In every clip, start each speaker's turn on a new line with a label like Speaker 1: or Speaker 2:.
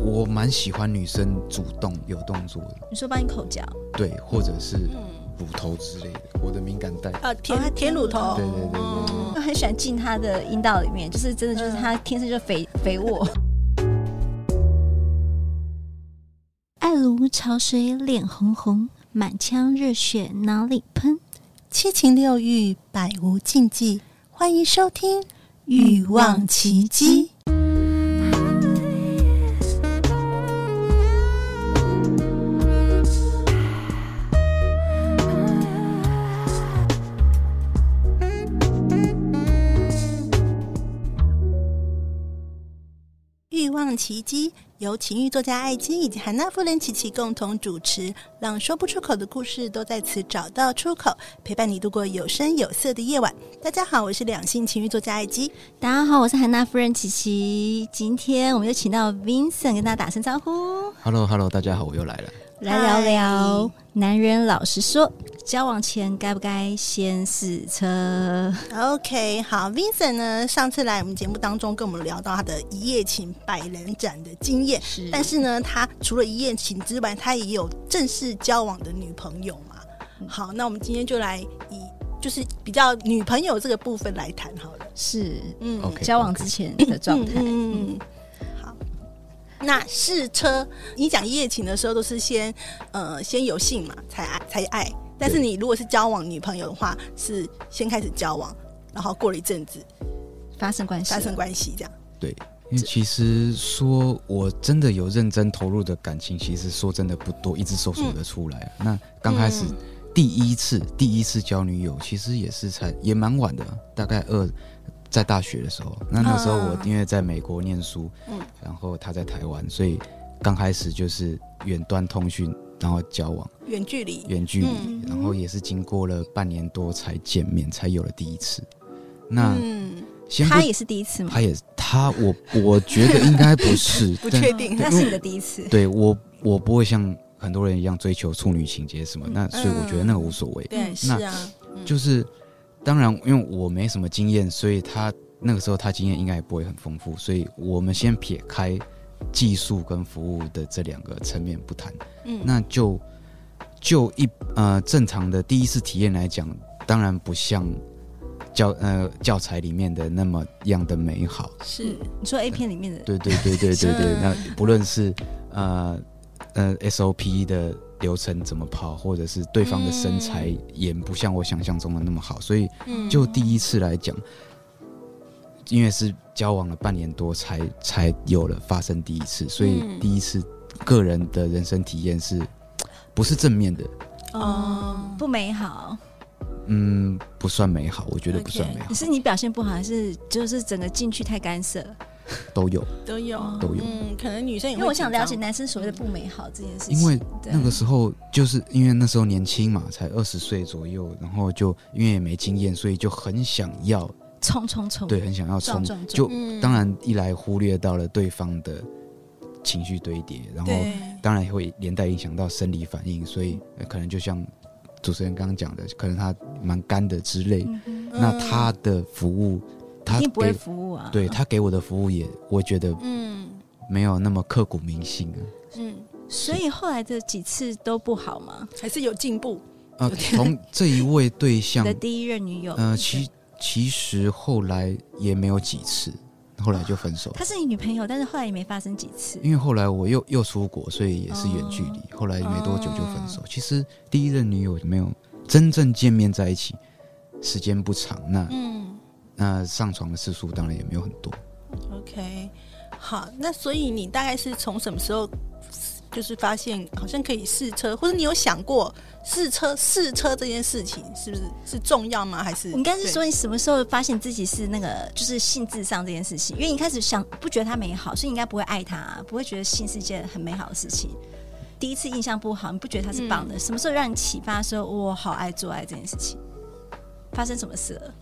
Speaker 1: 我蛮喜欢女生主动有动作的，
Speaker 2: 你说帮你口交，
Speaker 1: 对，或者是乳头之类的，我的敏感带。
Speaker 3: 啊，
Speaker 2: 哦
Speaker 3: 舔舔乳头
Speaker 1: 对，对对对
Speaker 3: 嗯
Speaker 1: 对，
Speaker 2: 我很喜欢进他的阴道里面，就是真的就是他天生就肥 肥我。爱如潮水，脸红红，满腔热血哪里喷？
Speaker 3: 七情六欲，百无禁忌。欢迎收听《
Speaker 2: 欲望
Speaker 3: 奇迹》。欲望奇迹由情欲作家艾姬以及韩娜夫人琪琪共同主持，让说不出口的故事都在此找到出口，陪伴你度过有声有色的夜晚。大家好，我是两性情欲作家艾姬。
Speaker 2: 大家好，我是韩娜夫人琪琪，今天我们又请到 Vincent 跟大家打声招呼，
Speaker 1: ，Hello Hello，大家好，我又来了。
Speaker 2: 来聊聊男人老实说，交往前该不该先试车？
Speaker 3: OK，好，Vincent 呢，上次来我们节目当中跟我们聊到他的一夜情百人展的经验，
Speaker 2: 是
Speaker 3: 但是呢，他除了一夜情之外，他也有正式交往的女朋友嘛。好，那我们今天就来以就是比较女朋友这个部分来谈好了。
Speaker 2: 是
Speaker 3: 嗯
Speaker 1: OK，
Speaker 2: 交往之前的状态。
Speaker 3: 嗯嗯嗯好。那试车，你讲一夜情的时候都是先呃先有性嘛，才爱才爱。但是
Speaker 1: 对
Speaker 3: 你如果是交往女朋友的话，是先开始交往，然后过了一阵子
Speaker 2: 发生关系了，
Speaker 3: 发生关系这样。
Speaker 1: 对，因为其实说我真的有认真投入的感情，其实说真的不多，一直搜索得出来。啊那刚开始
Speaker 3: 嗯
Speaker 1: 第一次、第一次交女友，其实也是才也蛮晚的，大概二在大学的时候。那那时候我
Speaker 3: 啊
Speaker 1: 因为在美国念书，
Speaker 3: 嗯
Speaker 1: 然后她在台湾，所以刚开始就是远端通讯，然后交往
Speaker 3: 远距离，
Speaker 1: 远距离，
Speaker 3: 嗯
Speaker 1: 然后也是经过了半年多才见面，才有了第一次。那
Speaker 3: 嗯，
Speaker 1: 先不
Speaker 2: 他也是第一次嘛，
Speaker 1: 他也他我我觉得应该不是，
Speaker 3: 不
Speaker 1: 但
Speaker 3: 确定。
Speaker 2: 那是你的第一次，
Speaker 1: 对我我不会像很多人一样追求处女情节什么，
Speaker 3: 嗯
Speaker 1: 那所以我觉得那个无所谓。
Speaker 3: 对，是啊，
Speaker 1: 就是当然，因为我没什么经验，所以他那个时候他经验应该也不会很丰富，所以我们先撇开技术跟服务的这两个层面不谈，
Speaker 3: 嗯
Speaker 1: 那就就一呃正常的第一次体验来讲，当然不像。教呃教材里面的那么样的美好，
Speaker 3: 是
Speaker 2: 你说 A 片里面的，
Speaker 1: 对对对对对对
Speaker 3: 嗯，
Speaker 1: 那不论是呃呃 SOP 的流程怎么跑，或者是对方的身材也不像我想象中的那么好，所以
Speaker 3: 嗯
Speaker 1: 就第一次来讲，因为是交往了半年多才才有了发生第一次，所以
Speaker 3: 嗯
Speaker 1: 第一次个人的人生体验是不是正面的？
Speaker 2: 哦，不美好，
Speaker 1: 嗯，不算美好，我觉得不算美好
Speaker 2: 你是你表现不好，还是就是整个进去太干涉？
Speaker 1: 都有
Speaker 3: 都有
Speaker 1: 都有。哦
Speaker 3: 嗯，可能女生也
Speaker 2: 因
Speaker 3: 会
Speaker 2: 为我想了解
Speaker 3: 紧
Speaker 2: 男生所谓的不美好这件事情，
Speaker 1: 因为
Speaker 2: 对
Speaker 1: 那个时候就是因为那时候年轻嘛，才二十岁左右，然后就因为也没经验，所以就很想要，
Speaker 2: 冲冲冲，
Speaker 1: 对，很想要
Speaker 2: 哦撞
Speaker 1: 冲
Speaker 2: 撞，
Speaker 1: 就
Speaker 2: 撞
Speaker 3: 嗯
Speaker 1: 当然一来忽略到了对方的情绪堆叠，然
Speaker 3: 张，
Speaker 1: 后
Speaker 3: 对，
Speaker 1: 当然也会连带影响到生理反应，所以呃可能就像主持人刚刚讲的，可能他蛮干的之类，
Speaker 2: 嗯哼
Speaker 1: 那他的服务，
Speaker 2: 一
Speaker 1: 他
Speaker 2: 定不会
Speaker 1: 给
Speaker 2: 服务啊，
Speaker 1: 对，他给我的服务也，我觉得
Speaker 3: 嗯
Speaker 1: 没有那么刻骨铭心啊。
Speaker 3: 嗯，
Speaker 2: 所以后来的几次都不好嘛。
Speaker 3: 还是有进步，
Speaker 1: 呃，从这一位对象
Speaker 2: 你的第一任女友，
Speaker 1: 呃，其其实后来也没有几次，后来就分手了。
Speaker 2: 她是你女朋友，但是后来也没发生几次，
Speaker 1: 因为后来我又又出国，所以也是远距离。
Speaker 2: 哦
Speaker 1: 后来没多久就分手。其实第一任女友没有真正见面在一起，时间不长。那
Speaker 3: 嗯
Speaker 1: 那上床的次数当然也没有很多。
Speaker 3: ，OK，好，那所以你大概是从什么时候？就是发现好像可以试车，或者你有想过试车试车这件事情是不是是重要吗？还是
Speaker 2: 我应该是说你什么时候发现自己是那个就是性至上这件事情？因为你开始想不觉得它美好，所以你应该不会爱它，啊不会觉得性是一件很美好的事情。第一次印象不好，你不觉得它是棒
Speaker 3: 嗯
Speaker 2: 的？什么时候让你启发说我好爱做爱这件事情？发生什么事了？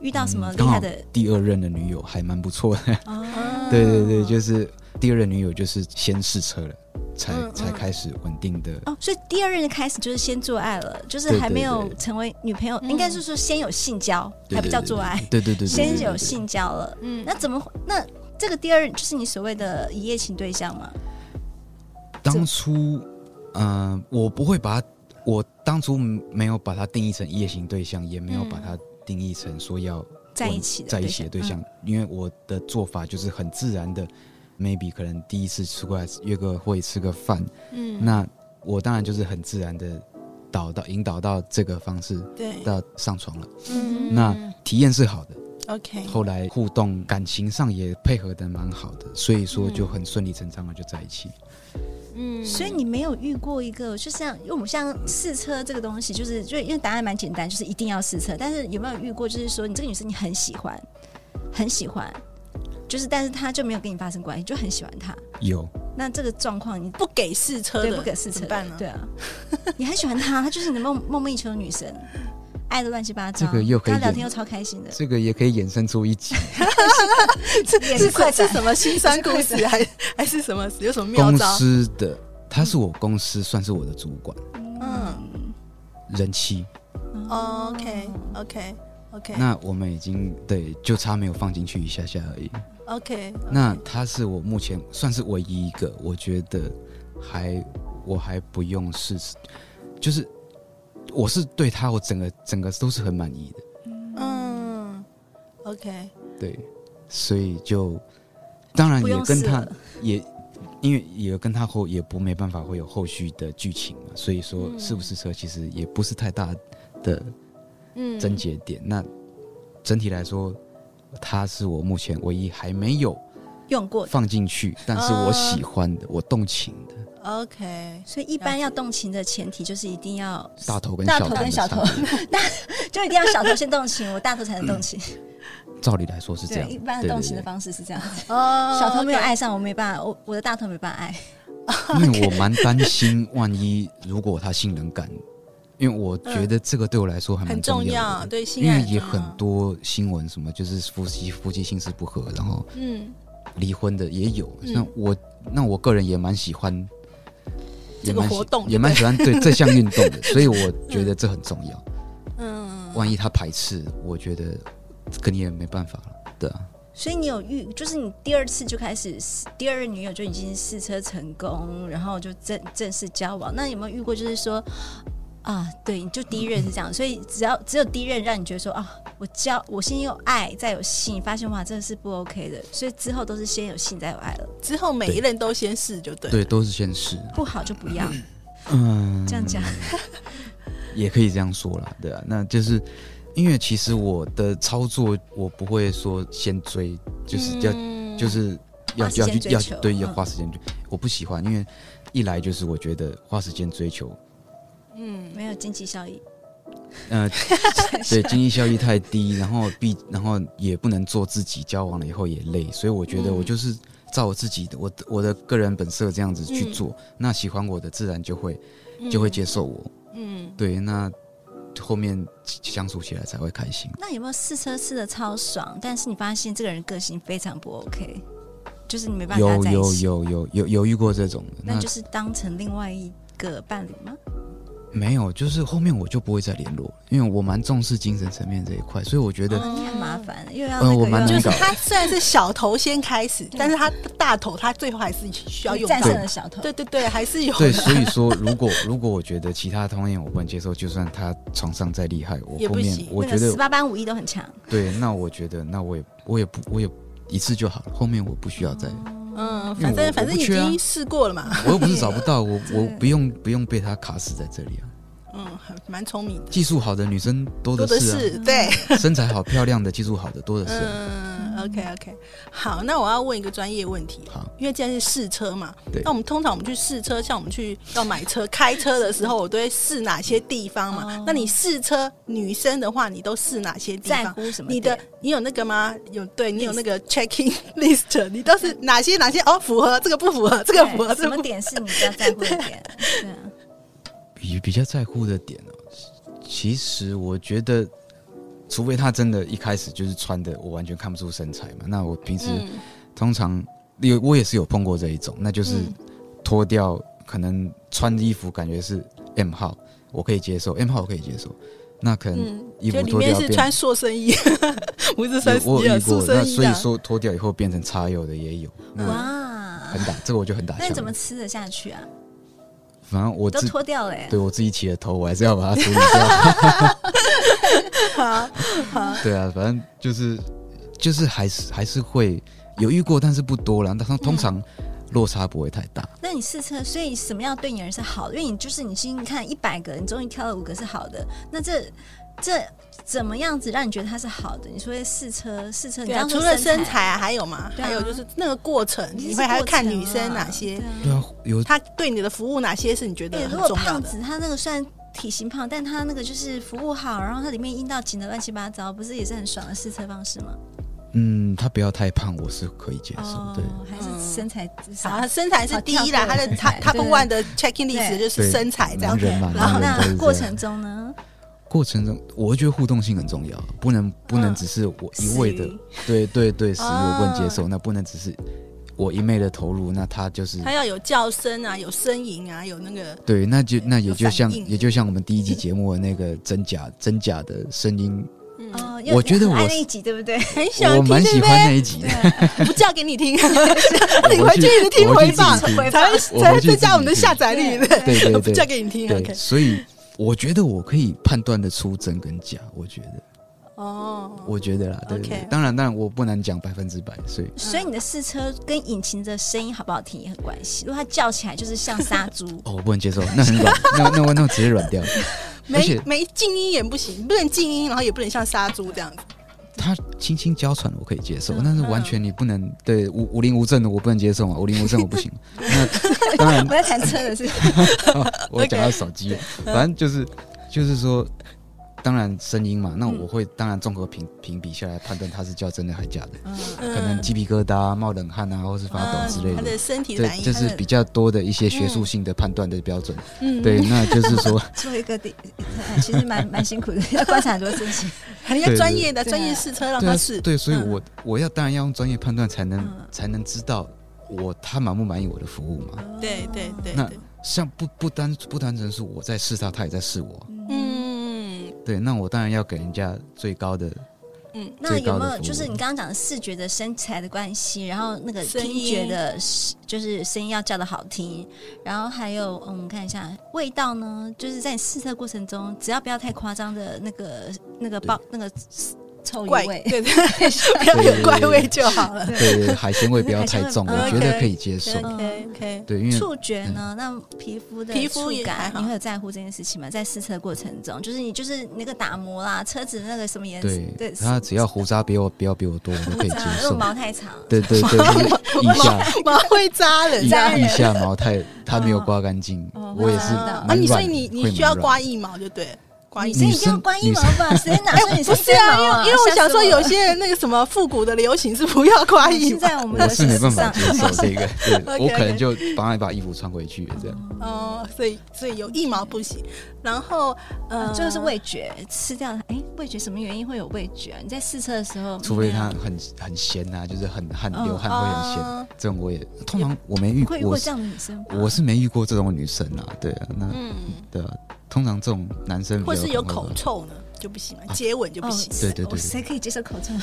Speaker 2: 遇到什么
Speaker 1: 嗯
Speaker 2: 厉
Speaker 1: 刚
Speaker 2: 害
Speaker 1: 好
Speaker 2: 的？
Speaker 1: 第二任的女友还蛮不错的。
Speaker 3: 啊
Speaker 2: 哦，
Speaker 1: 对对对，就是第二任女友就是先试车了，才、
Speaker 3: 嗯嗯
Speaker 1: 才开始稳定的。
Speaker 2: 哦，所以第二任的开始就是先做爱了，就是
Speaker 1: 对
Speaker 2: 还没有
Speaker 1: 对对
Speaker 2: 成为女朋友，
Speaker 3: 嗯
Speaker 2: 应该是说先有性交，
Speaker 1: 对
Speaker 2: 还不叫做爱，
Speaker 1: 对对对对对对对
Speaker 2: 先
Speaker 1: 对
Speaker 2: 有性交了。
Speaker 3: 嗯
Speaker 2: 那怎么那这个第二任就是你所谓的一夜情对象吗？
Speaker 1: 当初，嗯，我不会把它，我当初没有把它定义成一夜情对象，也没有把它定义成说要
Speaker 2: 在一起的
Speaker 1: 在一
Speaker 2: 对
Speaker 1: 起的
Speaker 2: 象
Speaker 1: 对象，因为我的做法就是很自然的，maybe 可能第一次出来约个会吃个饭，
Speaker 3: 嗯，
Speaker 1: 那我当然就是很自然的导到引导到这个方式
Speaker 3: 对，
Speaker 1: 到上床了，
Speaker 3: 嗯
Speaker 1: 那体验是好的，
Speaker 3: ，OK，
Speaker 1: 后来互动感情上也配合的蛮好的，所以说就很顺理成章的就在一起。
Speaker 3: 嗯，
Speaker 2: 所以你没有遇过一个，就像因为我们像试车这个东西，就是就因为答案蛮简单，就是一定要试车。但是有没有遇过，就是说你这个女生你很喜欢，很喜欢，就是但是她就没有跟你发生关系，就很喜欢她。
Speaker 1: 有，
Speaker 2: 那这个状况你
Speaker 3: 不给试车
Speaker 2: 对
Speaker 3: 的，
Speaker 2: 不可试车
Speaker 3: 怎
Speaker 2: 的，
Speaker 3: 么办呢？
Speaker 2: 对啊，你很喜欢她，她就是你的梦梦寐以求的女神，爱的乱七八糟，
Speaker 1: 这个又可以
Speaker 2: 跟她聊
Speaker 1: 演
Speaker 2: 天又超开心的，
Speaker 1: 这个也可以衍生出一集
Speaker 2: 也
Speaker 3: 是
Speaker 2: 快
Speaker 3: 是是什么辛酸故 事，还还是什么有什么 妙
Speaker 1: 公
Speaker 3: 招？
Speaker 1: 司的，他是我公司算是我的主管，
Speaker 3: 嗯
Speaker 1: 人妻。
Speaker 3: 哦，OK
Speaker 2: 嗯
Speaker 3: OK OK
Speaker 1: 那我们已经对，就差没有放进去一下下而已。
Speaker 3: 嗯 OK，
Speaker 1: 那他是我目前算是唯一一个，我觉得还我还不用试试，就是我是对他我整个整个都是很满意的。
Speaker 3: 嗯，OK，
Speaker 1: 对，所以就当然
Speaker 2: 不
Speaker 1: 也
Speaker 2: 用
Speaker 1: 跟
Speaker 2: 试
Speaker 1: 他
Speaker 2: 了
Speaker 1: 也因为也跟他后也不没办法会有后续的剧情嘛，所以说
Speaker 3: 嗯
Speaker 1: 是不是车其实也不是太大的
Speaker 3: 嗯
Speaker 1: 症结点。那整体来说，他是我目前唯一还没有
Speaker 2: 用过的。
Speaker 1: 放进去，但是我喜欢的，我动情的，
Speaker 2: 哦
Speaker 3: OK，
Speaker 2: 所以一般要动情的前提就是一定要
Speaker 1: 大头跟
Speaker 2: 大
Speaker 1: 小
Speaker 2: 头
Speaker 1: 头
Speaker 2: 跟
Speaker 1: 的
Speaker 2: 小
Speaker 1: 差
Speaker 2: 头
Speaker 1: 别，
Speaker 2: 就一定要小头先动情，我大头才能动情。
Speaker 1: 照理来说嗯是这
Speaker 2: 对
Speaker 1: 样，，
Speaker 2: 一般的
Speaker 1: 对
Speaker 2: 动
Speaker 1: 对
Speaker 2: 情的
Speaker 1: 对哦
Speaker 2: 方式是这样。
Speaker 3: 哦
Speaker 2: 小头没有，爱上我，没办法，我我的大头没办法爱。
Speaker 1: 因为我蛮担心，万一如果他性能感，因为我
Speaker 2: 嗯
Speaker 1: 觉得这个对我来说还蛮
Speaker 3: 很重
Speaker 1: 重要
Speaker 3: 要，
Speaker 1: 的，
Speaker 3: 对性
Speaker 1: 因
Speaker 3: 爱
Speaker 1: 为也很
Speaker 3: 重
Speaker 1: 多新闻什么，就是夫妻夫妻性事不合，然后
Speaker 3: 要，嗯，
Speaker 1: 离婚的也有。
Speaker 3: 嗯
Speaker 1: 那我那我个人也蛮喜欢，
Speaker 3: 这
Speaker 1: 也
Speaker 3: 个
Speaker 1: 蛮
Speaker 3: 活
Speaker 1: 喜
Speaker 3: 动
Speaker 1: 也蛮喜欢对这项运动 的，所以我觉得这很重要。
Speaker 3: 嗯，
Speaker 1: 万一他排斥，我觉得跟你也没办法了。对啊，
Speaker 2: 所以你有遇，就是你第二次就开始试，第二任女友就已经试车成功，然后就正正式交往。那有没有遇过，就是说啊，对，你就第一任是这
Speaker 1: 嗯
Speaker 2: 样，所以只要只有第一任让你觉得说啊，我交我先有爱，再有性，发现哇，这个是不 OK 的，所以之后都是先有性再有爱了，
Speaker 3: 之后每一任都先试就对，
Speaker 1: 对，，都是先试。
Speaker 2: 不好就不要。
Speaker 1: 嗯，
Speaker 2: 这样讲，
Speaker 1: 也可以这样说啦，对啊，那就是因为其实我的操作我不会说先追，就是要、
Speaker 3: 嗯
Speaker 1: 就是要
Speaker 2: 嗯花时
Speaker 1: 要
Speaker 2: 间
Speaker 1: 去
Speaker 2: 追
Speaker 1: 要
Speaker 2: 求
Speaker 1: 对要
Speaker 2: 嗯
Speaker 1: 花时间追，我不喜欢，因为一来就是我觉得花时间追求，
Speaker 3: 嗯
Speaker 2: 没有经济效益，
Speaker 1: 呃，对经济效益太低，然后必然后也不能做自己，交往了以后也累，所以我觉得
Speaker 3: 嗯
Speaker 1: 我就是照我自己的我我的个人本色这样子去
Speaker 3: 嗯
Speaker 1: 做，那喜欢我的自然就会
Speaker 2: 嗯
Speaker 1: 就会接受我，
Speaker 3: 嗯，
Speaker 1: 对，那后面相处起来才会开心。
Speaker 2: 那有没有试车试的超爽，但是你发现这个人个性非常不 OK，就是你没办法跟
Speaker 1: 有
Speaker 2: 他在一
Speaker 1: 有
Speaker 2: 起，
Speaker 1: 有有有有遇过这种的，
Speaker 2: 那
Speaker 1: 那
Speaker 2: 就是当成另外一个伴侣吗？
Speaker 1: 没有，就是后面我就不会再联络，因为我蛮重视精神层面这一块，所以我觉得、
Speaker 3: 嗯
Speaker 2: 你很麻烦，又要
Speaker 1: 呃
Speaker 2: 那
Speaker 1: 我
Speaker 2: 个
Speaker 1: 蛮
Speaker 2: 又
Speaker 3: 就
Speaker 2: 要
Speaker 1: 敏
Speaker 3: 是
Speaker 1: 感
Speaker 3: 他虽然是小头先开始，但是他大头他最后还是需要用
Speaker 2: 战
Speaker 3: 到
Speaker 2: 胜
Speaker 3: 的，
Speaker 2: 了小头，
Speaker 3: 对对对，还是有
Speaker 1: 对，
Speaker 3: 的，
Speaker 1: 所以说如果如果我觉得其他同恋我不能接受，就算他床上再厉害，我
Speaker 3: 也不
Speaker 1: 后面
Speaker 3: 行
Speaker 1: 我
Speaker 2: 那
Speaker 1: 觉
Speaker 2: 个
Speaker 1: 得
Speaker 2: 十八般武艺都很强，
Speaker 1: 对，那我觉得那我也我也不我也一次就好了，后面我不需要 再，
Speaker 3: 嗯，
Speaker 1: 因为
Speaker 3: 反
Speaker 1: 我
Speaker 3: 正反
Speaker 1: 我
Speaker 3: 正
Speaker 1: 不
Speaker 3: 已
Speaker 1: 缺啊
Speaker 3: 经试过了嘛，
Speaker 1: 我又不是找不到，我
Speaker 3: 啊
Speaker 1: 我不用不用被他卡死在这里啊。
Speaker 3: 嗯，还蛮聪明的，
Speaker 1: 技术好的女生多的
Speaker 3: 多的
Speaker 1: 是啊，
Speaker 3: 是， 对，
Speaker 1: 身材好漂亮的技术好的多的是、啊。
Speaker 3: 嗯，OK OK，好，那我要问一个专业问题，
Speaker 1: 好，
Speaker 3: 因为既然是试车嘛
Speaker 1: 对，
Speaker 3: 那我们通常我们去试车，像我们去要买车、开车的时候，我都会试哪些地方嘛？
Speaker 2: 哦
Speaker 3: 那你试车女生的话，你都试哪些地
Speaker 2: 在
Speaker 3: 方？
Speaker 2: 乎什么
Speaker 3: 你
Speaker 2: 点？
Speaker 3: 的你有那个吗？有对你有 那个 checking list，你都是哪些哪些哦符合这个不符合
Speaker 2: 这
Speaker 3: 这个符合这
Speaker 2: 什么
Speaker 3: 个不符合
Speaker 2: 点是你比较在乎的 点？对啊，
Speaker 1: 比比较在乎的点哦、其实我觉得，除非他真的一开始就是穿的我完全看不出身材嘛，那我平时
Speaker 3: 嗯
Speaker 1: 通常有我也是有碰过这一种，那就是
Speaker 3: 嗯
Speaker 1: 脱掉可能穿衣服感觉是 M 号，我可以接受，M 号我可以接受，那可能
Speaker 3: 嗯，
Speaker 1: 衣
Speaker 3: 就
Speaker 1: 服
Speaker 3: 里
Speaker 1: 脱掉
Speaker 3: 面是
Speaker 1: 变
Speaker 3: 穿塑身衣， 不是
Speaker 1: 有
Speaker 3: 三十
Speaker 1: 我
Speaker 3: 一
Speaker 1: 有遇
Speaker 3: 塑
Speaker 1: 过，那
Speaker 3: 身衣
Speaker 1: 所以
Speaker 3: 的。
Speaker 1: 嗯
Speaker 3: 嗯
Speaker 1: 说脱掉以后变成叉腰的也有，那
Speaker 2: 哇，
Speaker 1: 很打，这个我就很打
Speaker 2: 那
Speaker 1: 枪。
Speaker 2: 你怎么吃得下去啊？
Speaker 1: 反正我
Speaker 2: 都
Speaker 1: 自
Speaker 2: 脱掉了欸
Speaker 1: 对我自己起的头，我还是要把它处理掉。
Speaker 3: 好好，
Speaker 1: 对啊，反正就是就是还是还是会有遇过，但是不多啦。但是通常落差不会太大。
Speaker 2: 那你试测，所以什么样对你而言是好的？因为你就是你先看一百个，你终于挑了五个是好的，那这这怎么样子让你觉得它是好的？你说试车试车，你
Speaker 3: 对啊，
Speaker 2: 刚
Speaker 3: 除
Speaker 2: 说
Speaker 3: 了身
Speaker 2: 身
Speaker 3: 材啊，还有吗？
Speaker 2: 对啊
Speaker 3: 还有就是那个过程，
Speaker 2: 一定
Speaker 3: 啊你
Speaker 2: 是
Speaker 3: 会还会
Speaker 2: 过
Speaker 3: 看
Speaker 2: 程
Speaker 3: 女生
Speaker 2: 啊
Speaker 3: 哪些
Speaker 2: 对，
Speaker 1: 对
Speaker 2: 啊
Speaker 1: 啊，有
Speaker 3: 她对你的服务哪些是你觉得
Speaker 2: 对，啊哎如
Speaker 3: 很
Speaker 2: 果
Speaker 3: 重要
Speaker 2: 胖
Speaker 3: 的？
Speaker 2: 子，他那个虽然体型胖，但他那个就是服务好，然后他里面阴道紧的乱七八糟，不是也是很爽的试车方式吗？
Speaker 1: 嗯，他不要太胖，我是可以接受。
Speaker 2: 哦
Speaker 1: 对，，
Speaker 2: 还是身材至
Speaker 3: 好，哦
Speaker 2: 上
Speaker 3: 她。身材是
Speaker 2: 好
Speaker 3: 第一
Speaker 2: 跳
Speaker 3: 啦，
Speaker 2: 过
Speaker 3: 她的她
Speaker 2: 对
Speaker 3: 她
Speaker 2: 对
Speaker 3: top one 的 checking 历史
Speaker 2: 对
Speaker 3: 就是
Speaker 1: 对嗯
Speaker 3: 身材这样
Speaker 1: 男。人嘛，
Speaker 2: 然后
Speaker 1: 男人都是这
Speaker 2: 那
Speaker 1: 样
Speaker 2: 过程中呢？
Speaker 1: 过程中，我会觉得互动性很重要，啊不能不能只是我一味的，
Speaker 2: 死鱼
Speaker 1: 对对对，食物我
Speaker 3: 啊
Speaker 1: 不能接受，那不能只是我一昧的投入，那他就是
Speaker 3: 她要有叫声啊，有呻吟啊，有那个
Speaker 1: 对，那就那也就像
Speaker 3: 有反应
Speaker 1: 也就像我们第一集节目的那个真假真假的声音，
Speaker 3: 嗯，
Speaker 2: 哦，
Speaker 1: 我觉得
Speaker 2: 因
Speaker 1: 我
Speaker 2: 为很爱那一集对不对？
Speaker 3: 很喜
Speaker 1: 我
Speaker 3: 欢
Speaker 1: 蛮
Speaker 3: 听
Speaker 1: 喜
Speaker 3: 对不
Speaker 1: 欢
Speaker 3: 对？
Speaker 1: 那一集的，
Speaker 3: 不叫给你 听，
Speaker 1: 我
Speaker 3: 你回去一直听
Speaker 1: 我
Speaker 3: 回
Speaker 1: 去自己
Speaker 3: 放
Speaker 1: 听
Speaker 3: 才会
Speaker 1: 我
Speaker 3: 才会
Speaker 1: 回去
Speaker 3: 增加我们的
Speaker 1: 自己听
Speaker 3: 下载率。
Speaker 1: 对对
Speaker 3: 不
Speaker 1: 对
Speaker 3: 叫给你听。啊
Speaker 1: 对，
Speaker 3: OK，
Speaker 1: 所以我觉得我可以判断得出真跟假，我觉得
Speaker 3: 哦，
Speaker 1: 我觉得啦，对对
Speaker 3: OK
Speaker 1: 对，当然当然我不能讲百分之百，所 以
Speaker 2: 所以你的试车跟引擎的声音好不好听也很关系。如果它叫起来就是像杀猪，
Speaker 1: 哦我不能接受，那很软，那那我那我直接软 掉，而
Speaker 3: 没
Speaker 1: 且
Speaker 3: 没静音也不行，不能静音，然后也不能像杀猪这样子。
Speaker 1: 他轻轻娇喘我可以接受，
Speaker 3: 嗯
Speaker 1: 但是完全你不能对无无灵无证的我不能接受嘛，无灵无证我不行。那当然
Speaker 2: 我，在谈车的是
Speaker 1: 我讲到手机，反正就是就是说，当然声音嘛，那我会当然综合评评比下来判断他是叫真的还假的，
Speaker 3: 嗯
Speaker 1: 可能鸡皮疙瘩、冒冷汗啊，或是发抖之类
Speaker 3: 他
Speaker 1: 的。
Speaker 3: 的身体反
Speaker 1: 对，
Speaker 3: 应，
Speaker 1: 这
Speaker 3: 他
Speaker 1: 是
Speaker 3: 的
Speaker 1: 比较多的一些学术性的判断的标准。
Speaker 3: 嗯
Speaker 1: 对，那就是 说，
Speaker 2: 做一个地，呃其实蛮蛮辛苦的， 要观察很多事情。
Speaker 3: 人家
Speaker 1: 对对
Speaker 3: 专业的
Speaker 2: 对
Speaker 3: 专业试车让
Speaker 1: 对
Speaker 3: 他
Speaker 1: 啊
Speaker 3: 试，，
Speaker 1: 对，所以
Speaker 3: 嗯
Speaker 1: 我我要当然要用专业判断才能
Speaker 2: 嗯
Speaker 1: 才能知道我他满不满意我的服务嘛。
Speaker 3: 对对对
Speaker 1: 啊那
Speaker 3: 对，
Speaker 1: 像不不单不单纯是我在试他，他也在试我。
Speaker 3: 嗯，
Speaker 1: 对，那我当然要给人家最高的。
Speaker 3: 嗯
Speaker 2: 那有没有就是你刚刚讲的视觉的身材的关系，然后那个
Speaker 3: 声
Speaker 2: 听
Speaker 3: 音
Speaker 2: 觉的，就是声音要叫的好听，然后还有嗯，我们看一下味道呢，就是在你试测过程中，只要不要太夸张的那个那个爆那个臭鱼
Speaker 3: 怪
Speaker 2: 味，
Speaker 3: 对对，不要有怪味就 好了。
Speaker 1: 对，海鲜味不要太重，
Speaker 2: 海
Speaker 1: 我
Speaker 3: 鲜味
Speaker 1: 觉得
Speaker 3: OK
Speaker 1: 可以接受。
Speaker 3: OK OK，
Speaker 1: 对，因为
Speaker 2: 触觉呢？那皮肤的
Speaker 3: 皮肤
Speaker 2: 触
Speaker 3: 也还
Speaker 2: 感，
Speaker 3: 好
Speaker 2: 你会有在乎这件事情吗？在试车过程中，就是你就是那个打磨啦，车子那个什么颜色，
Speaker 1: 对他只要胡渣比我不要比我多，我都 可以接
Speaker 2: 啊如
Speaker 1: 受
Speaker 2: 果。毛太长，
Speaker 1: 对对对，就是腋 下
Speaker 3: 毛会扎人
Speaker 1: 腋
Speaker 2: 扎人
Speaker 1: 腋下毛太他没有刮干净，
Speaker 2: 哦
Speaker 1: 我也是
Speaker 2: 会扎
Speaker 3: 啊！
Speaker 1: 蛮
Speaker 3: 你所
Speaker 1: 软会
Speaker 3: 以你你
Speaker 1: 蛮
Speaker 3: 需要
Speaker 1: 软
Speaker 3: 刮腋毛就对，刮
Speaker 2: 女
Speaker 3: 腋
Speaker 1: 生
Speaker 2: 生一定要关一毛吧？谁哪说你
Speaker 3: 不是啊，因为因为我想说有些人那个什么复古的流行是 不要刮腋
Speaker 2: 现
Speaker 3: 毛
Speaker 2: 在我们
Speaker 1: 我
Speaker 2: 的
Speaker 1: 是没办法接
Speaker 2: 时尚
Speaker 1: 受这个，对
Speaker 3: OK，OK
Speaker 1: 我可能就帮他把衣服穿回去这样。
Speaker 3: 哦，所以所以有腋毛不行。然后
Speaker 1: 啊
Speaker 3: 呃，
Speaker 2: 最后是味觉，吃掉它。哎，味觉什么原因会有味觉啊？你在试车的时候，
Speaker 1: 除非它很很咸呐、就是很汗
Speaker 2: 嗯
Speaker 1: 流汗会很咸，
Speaker 3: 啊
Speaker 1: 这种我也通常我没遇
Speaker 2: 你会遇
Speaker 1: 我
Speaker 2: 过
Speaker 1: 是
Speaker 2: 这样的女生吧？
Speaker 1: 我是没遇过这种女生啊，对啊，那
Speaker 3: 嗯，
Speaker 1: 对啊，通常这种男生比
Speaker 3: 或
Speaker 1: 较
Speaker 3: 是有
Speaker 1: 可能啊哦
Speaker 3: 口
Speaker 1: 会吧，
Speaker 3: 臭呢就不行了，接吻就不行，
Speaker 1: 对对对
Speaker 2: 我谁可以接受口臭？